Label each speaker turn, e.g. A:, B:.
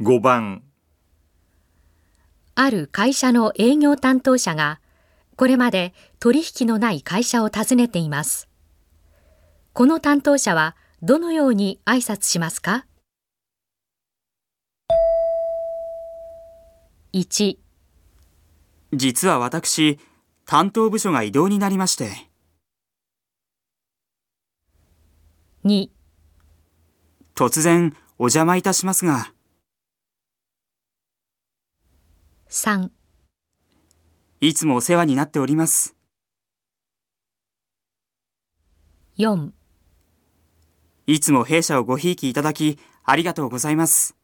A: 5番
B: ある会社の営業担当者が、これまで取引のない会社を訪ねています。この担当者はどのように挨拶しますか ?1、
C: 実は私、担当部署が異動になりまして、
B: 2、
C: 突然お邪魔いたしますが、
B: 3、
C: いつもお世話になっております。
B: 4
C: いつも弊社をごひいきいただき、ありがとうございます。